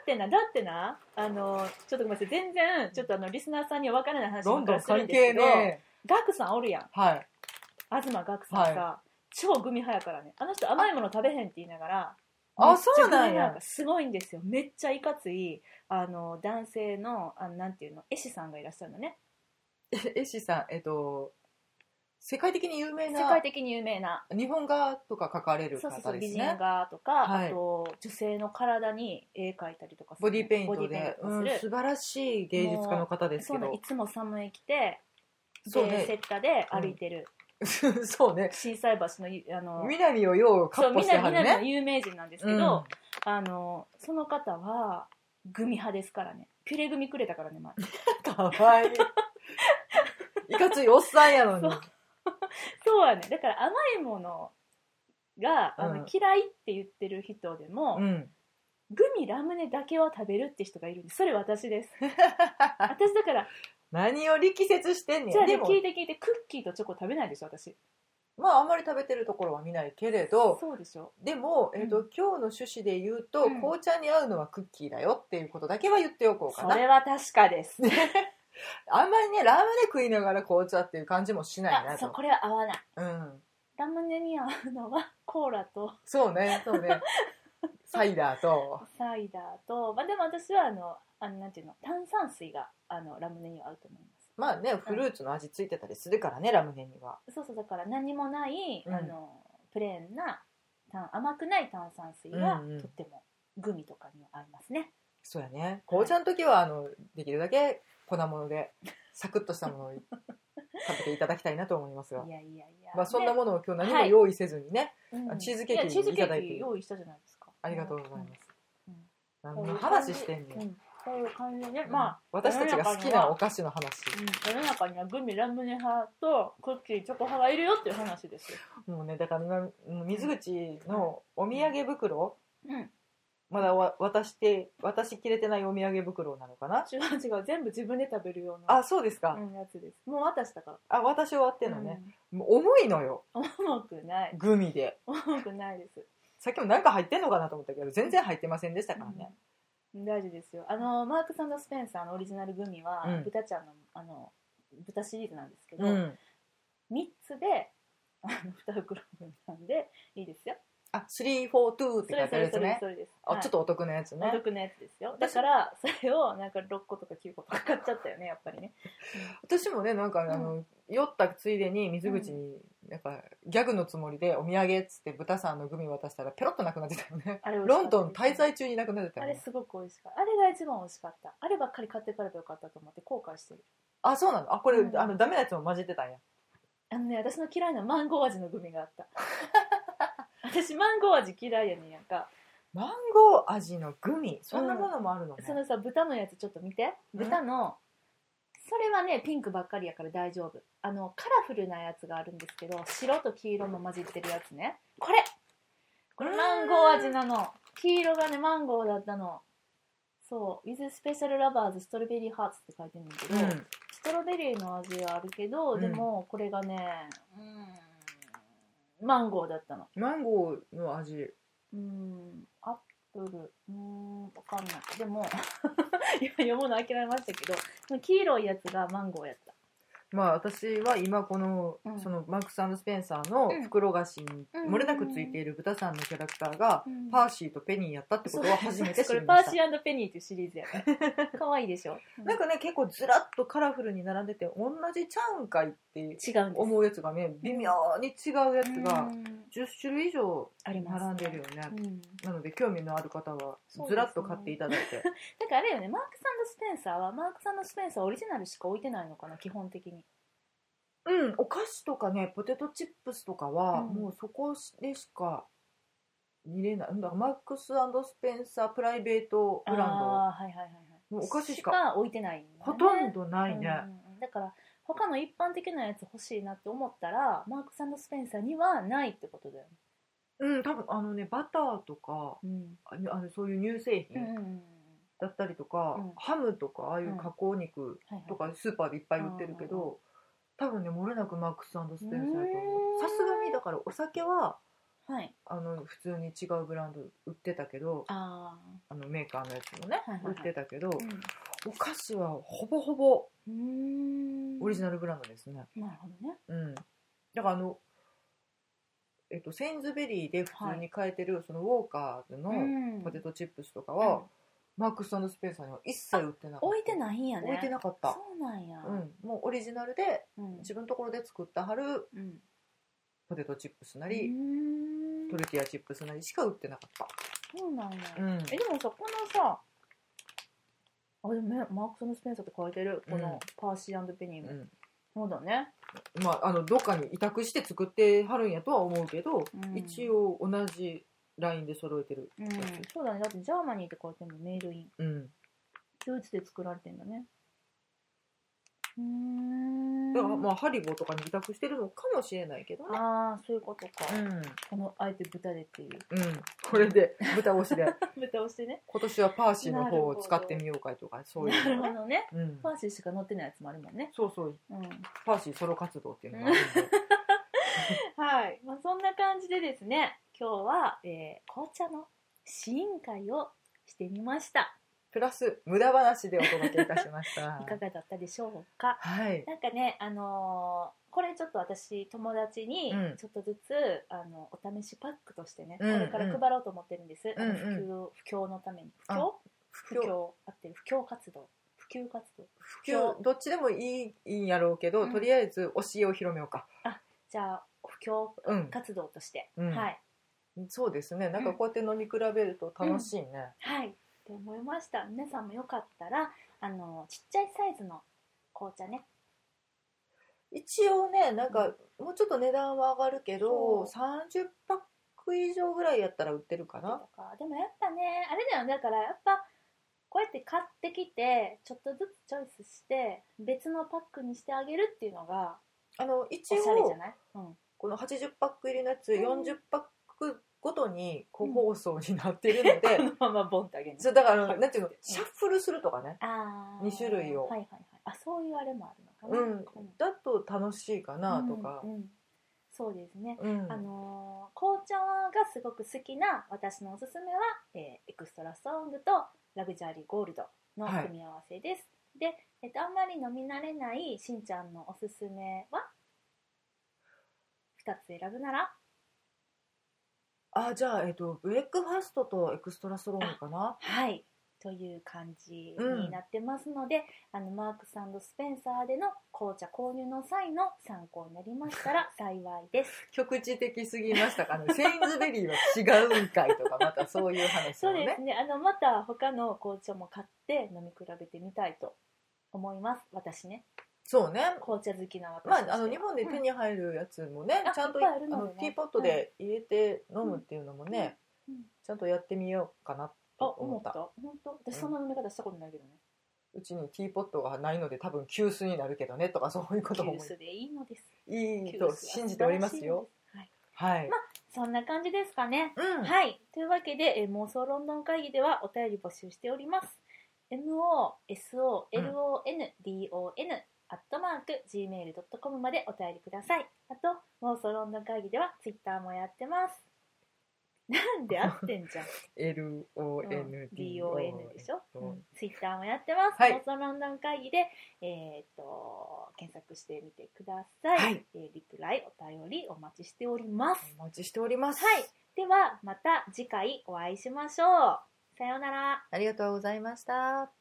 A: ってなだってなあのちょっとごめんなさい全然ちょっとあのリスナーさんには分からない話
B: どんど
A: から
B: ん
A: する
B: 関
A: んです
B: 係
A: けど、
B: ね
A: ガクさんおるやん
B: はい
A: 東ガクさんさ、超グミ派やからねあの人甘いもの食べへんって言いながら
B: あ
A: めっちゃ
B: そうなんや
A: グミ派からすごいんですよめっちゃいかついあの男性のあのなんていうの絵師さんがいらっしゃるのね
B: え エッシーさんえっと世界的に有名
A: 世
B: な
A: 界的に有名な
B: 日本画とか描かれる
A: そうそうそ
B: 方
A: う
B: で
A: 美
B: す
A: 人
B: ね
A: 画とか、
B: はい
A: あと女性の体に絵描いたりとかする
B: ボディーペイン
A: ボディ
B: ト
A: ーペイン
B: で
A: トとかす
B: うん
A: る、
B: 素晴らしい芸術家の方です
A: そう
B: け
A: なのい
B: ど
A: つも寒い着て
B: そう
A: でセ
B: ね
A: ッタで歩いてる、
B: そうね
A: 心斎橋のいあの
B: 南をようか
A: そ
B: っ
A: う
B: ぽ
A: み
B: し
A: ん
B: て
A: な
B: は
A: みん
B: る
A: なの
B: ね
A: 有名人なんですけど、あのその方はグミ派ですからねピュレグミくれたからね前
B: うんかわいいいかついおっさんやのに
A: そうそうやねだから甘いものがあの、
B: うん
A: 嫌いって言ってる人でも、
B: うん
A: グミラムネだけは食べるって人がいるんですそれ私 です私だから
B: 何を力説してんね
A: じゃ
B: ん
A: あね
B: でも
A: 聞いて聞いてクッキーとチョコ食べないでしょ私
B: まああんまり食べてるところは見ないけれど
A: そうでしょ
B: でも、えっと
A: う
B: 今日の趣旨で言うと、
A: うん
B: 紅茶に合うのはクッキーだよっていうことだけは言っておこうか
A: そ
B: な
A: れは確かです
B: あんまりねラーメン食いながら紅茶っていう感じもしない
A: あ
B: な
A: そう
B: と
A: これは合わない
B: うん
A: ラムネに合うのはコーラと
B: そうねそう ねサイダーと
A: サイダーと、まあ、でも私はあのあのなんていうの炭酸水があのラムネには合うと思います
B: まあねフルーツの味ついてたりするからねラムネには
A: そうそうだから何もない、
B: うん
A: あのプレーンな炭甘くない炭酸水は、
B: うんうん
A: とってもグミとかには合いますね
B: そうやね紅茶の時はあのできるだけ粉物でサクッとしたものを食べていただきたいなと思います
A: い
B: が
A: やいやいや
B: まあそんな
A: も
B: ものを今日何
A: は
B: も
A: い
B: 用意せずにね、
A: ん
B: チーズケーキ
A: いやチーズケ
B: いただ
A: ー
B: いて
A: キ用意したじゃないですか
B: ありがとうございま
A: う
B: す、
A: ん
B: 何の話してんねん、
A: うこういう感じで、まあ、
B: 私たちが好きなお菓子の話
A: 世の中にはグミラムネ派とクッキーチョコ派がいるよっていう話ですよ、
B: もうねだから今うん水口のお土産袋
A: うん、違
B: まだわ渡して渡しきれてないお土産袋なのか
A: う
B: な
A: 違う全部自分で食べるような
B: あそうですか、
A: うん、やつですもう渡したから
B: あ私終わってんのね、、もう重いのよ
A: うん 重くない
B: グミで
A: 重くないです
B: さっきもなんか入ってんのかなと思ったけど全然入ってませんでしたからね、
A: 大事ですよあのマークススペンサーのオリジナルグミは、
B: うん
A: 豚ちゃんのあの豚シリーズなんですけど、
B: うん、
A: 3つであの2袋分なんでいいですよ
B: あ342っ
A: そ
B: て書
A: れ
B: いて
A: それそ
B: あるやつ
A: れ
B: ね
A: それです、
B: あ
A: はい
B: ちょっとお得なやつ
A: お
B: ね
A: 得なやつですよだからそれをなんか6個とか9個とか買っちゃったよねやっぱりね
B: 私もねなんか、あ
A: う
B: の酔ったついでに水口に、なんかギャグのつもりでお土産っつって豚さんのグミ渡したらペロッとなくなってたよね
A: あれ美味しか
B: ロ
A: っ
B: ン
A: た
B: ドン滞在中になくなってた
A: あ
B: よ
A: れ
B: ね
A: すごく美味しかったあれが一番美味しかったあればっかり買ってからばよかったと思って後悔してる
B: あそうなのあこれ、
A: うん
B: あのダメなやつも混じってたんや
A: あのね私の嫌いなマンゴー味のグミがあった 私マンゴー味嫌いやねんやんか
B: マンゴー味のグミそんなものもあるのね、
A: そのさ豚のやつちょっと見て
B: うん
A: 豚の、それはねピンクばっかりやから大丈夫あのカラフルなやつがあるんですけど白と黄色も混じってるやつねこれこれマンゴー味なの黄色がねマンゴーだったのそう「With Special Lovers Strawberry Hearts」って書いてるんだけど、
B: うん
A: ストロベリーの味はあるけど、
B: うん
A: でもこれがねうんマンゴーだったの
B: マンゴーの味
A: うんアップルうーんわかんないでも 今読むの諦めましたけどその黄色いやつがマンゴーやった
B: まあ私は今この,、
A: うん
B: そのマークススペンサーの袋菓子に
A: うん
B: 漏れなくついている豚さんのキャラクターが
A: うん
B: パーシーとペニーやったってことは初めて知
A: こ
B: り
A: れ
B: ま
A: パー
B: した
A: シーペニーっていうシリーズやから 可愛いでしょ、うん
B: なんかね結構ずらっとカラフルに並んでて同じちゃうんかいって
A: 違うんです
B: 思うやつがね微妙に違うやつが
A: うん
B: 10種類以上
A: あります、
B: 並んでるよね
A: うん
B: なので興味のある方は
A: そうですね
B: ずらっと買っていただいて
A: だからあれよねマークススペンサーはマークススペンサーオリジナルしか置いてないのかな基本的に
B: うんお菓子とかねポテトチップスとかは
A: うん
B: もうそこでしか見れない、うんだからマックススペンサープライベートブランド
A: あーはいはいはいはい
B: もうお菓子しか
A: 置いてないんだね、
B: ほとんどないね。
A: うんうんだから他の一般的なやつ欲しいなって思ったらマークススペンサーにはないってことだよね、
B: うん、多分あのね、バターとか、
A: うん
B: ああのそういう乳製
A: うんうん
B: 品
A: うんうん
B: だったりとか、
A: うん
B: ハムとか、ああいう加工肉
A: はいはい
B: とか、スーパーでいっぱい売ってるけど、多分ね、漏れなくマックススペンサーだと思
A: うーん
B: う。さすがに、だからお酒は、
A: はい
B: あの普通に違うブランド売ってたけど
A: あ
B: あのメーカーのやつもね、
A: はいはいはい
B: 売ってたけど、
A: あ
B: お菓子はほぼほぼ
A: うん
B: オリジ
A: ナ
B: ナルブランドですね、
A: ルなるほどね
B: うん、だからあの、えっと、セインズベリーで普通に買えてる、そのウォーカーズの、
A: うん
B: ポテトチップスとかは、
A: うん
B: マークススペンサーには一切売ってなかった
A: 置いてないんやね
B: 置いてなかった
A: そうなんや
B: うん、もうオリジナルで
A: うん
B: 自分のところで作ったはる
A: うん
B: ポテトチップスな
A: う
B: り、
A: ん
B: トルティアチップスなりしか売ってなかっ
A: そうなんや
B: た、うん、
A: えでもさこのさあでもねマークススペンサーって書いてるこ
B: うん
A: のパーシーペニーも、
B: うん
A: そうだね
B: まああのどっかに委託して作ってはるんやとは思うけど、
A: うん
B: 一応同じラインで揃えてる、
A: うん、そうだねだってジャーマニーって書いてるのメールイン
B: うん、
A: ドイツで作られてんだねうーん
B: だからまあハリボーとかに委託してるのかもしれないけどね
A: ああそういうことか、
B: うん
A: このあえて豚でっていう
B: うん、これで豚推しで
A: 豚をしてね
B: 今年はパーシーの方を使ってみようかとかそうい
A: な
B: う
A: る
B: のね
A: ほどね
B: うん
A: パーシーしか載ってないやつもあるもんね、
B: そうそう
A: うん、
B: パーシーソロ活動っていうのがあるんで
A: はい、まあ、そんな感じでですね今日は、えー紅茶の試飲会をしてみました
B: プラス無駄話でお届けいたしまし
A: いか
B: た。
A: がだったでしょうか
B: はい。
A: なんかね、あのーこれちょっと私友達に
B: うん
A: ちょっとずつ、あのお試しパックとしてね、
B: うん
A: こ
B: うん
A: れから配ろうと思ってるんです、あの
B: うんうん
A: 普及不況のために不
B: あ
A: 況不況あってる不況活動普及活動
B: 普及どっちでもいいいいんやろうけど、
A: うん
B: とりあえず教えを広めようか。
A: じゃあ不況
B: うん。
A: 活動として、
B: うん
A: はい
B: そうですね。なんかこうやって飲み比べると楽しいね。
A: はいって思いました皆さんもよかったらあのちっちゃいサイズの紅茶ね
B: 一応ね、なんかもうちょっと値段は上がるけ
A: そ
B: ど、
A: う
B: 三十パック以上ぐらいやったら売ってるか
A: と
B: な。
A: かでもやっぱねあれだよねだからやっぱこうやって買ってきてちょっとずつチョイスして別のパックにしてあげるっていうのが
B: あの一
A: おしゃれじゃ
B: 応
A: ない、うん、
B: この八十パック入りのやつ、
A: うん
B: 四十パックごとに個包装になってるので、
A: このままボンってあげる
B: そうだからあ のなんていうの、シャッフルするとかね。
A: あー
B: 二種類を
A: はいはいはいあそういうあれもあるのか
B: う
A: な、
B: ん、だと楽しいかなとか、
A: うんうんそうですね、
B: うん
A: あのー紅茶がすごく好きな私のおすすめは、えーエクストラストロングとラグジュアリーゴールドの
B: はい
A: 組み合わせです、で、えっとあんまり飲み慣れないしんちゃんのおすすめは2つ選ぶなら
B: あじゃあ、えっと、ブレックファストとエクストラストローンかな
A: はいという感じになってますので、あのマークススペンサーでの紅茶購入の際の参考になりました ら幸いです
B: 局地的すぎましたかねセインズベリーは違うんかいとかまたそういう 話
A: そ
B: を
A: うで
B: ね
A: すね。あのまた他の紅茶も買って飲み比べてみたいと思います。私ね、
B: そうね
A: 紅茶好きな私
B: ま
A: として
B: あ、あの日本で手に入るやつもね、
A: うん
B: ちゃんと
A: あいっぱいあるのでね
B: あのティーポットで入れて飲むっていうのもね、
A: うんうん
B: ちゃんとやってみようかな
A: あ
B: と
A: 思
B: 思
A: っ。
B: ったた
A: 本当。私そんな飲み方したことないけどね。
B: うちにティーポットがないので多分急須になるけどねとかそういうこ
A: 急
B: とも思
A: 須でいいのです。
B: いいい
A: 急須
B: と
A: は
B: 信じておりますよ。
A: 素晴らしいのです。はい。
B: はい、
A: そんな感じですかね。
B: うん、
A: はい。というわけで、えー妄想ロンドン会議ではお便り募集しております。mosolondon アットマーク gmail.com までお便りください。あと、妄想ロンドン会議ではツイッターもやってます。なんで合ってんじ ゃん。
B: LONDON
A: DON でしょ、
B: うん
A: ツイッターもやってます、
B: はい
A: 妄想ロンドン会議で、えーっと検索してみてください、
B: はい
A: えーリプライお便りお待ちしております
B: お待ちしております、
A: はいではまた次回お会いしましょうさようなら
B: ありがとうございました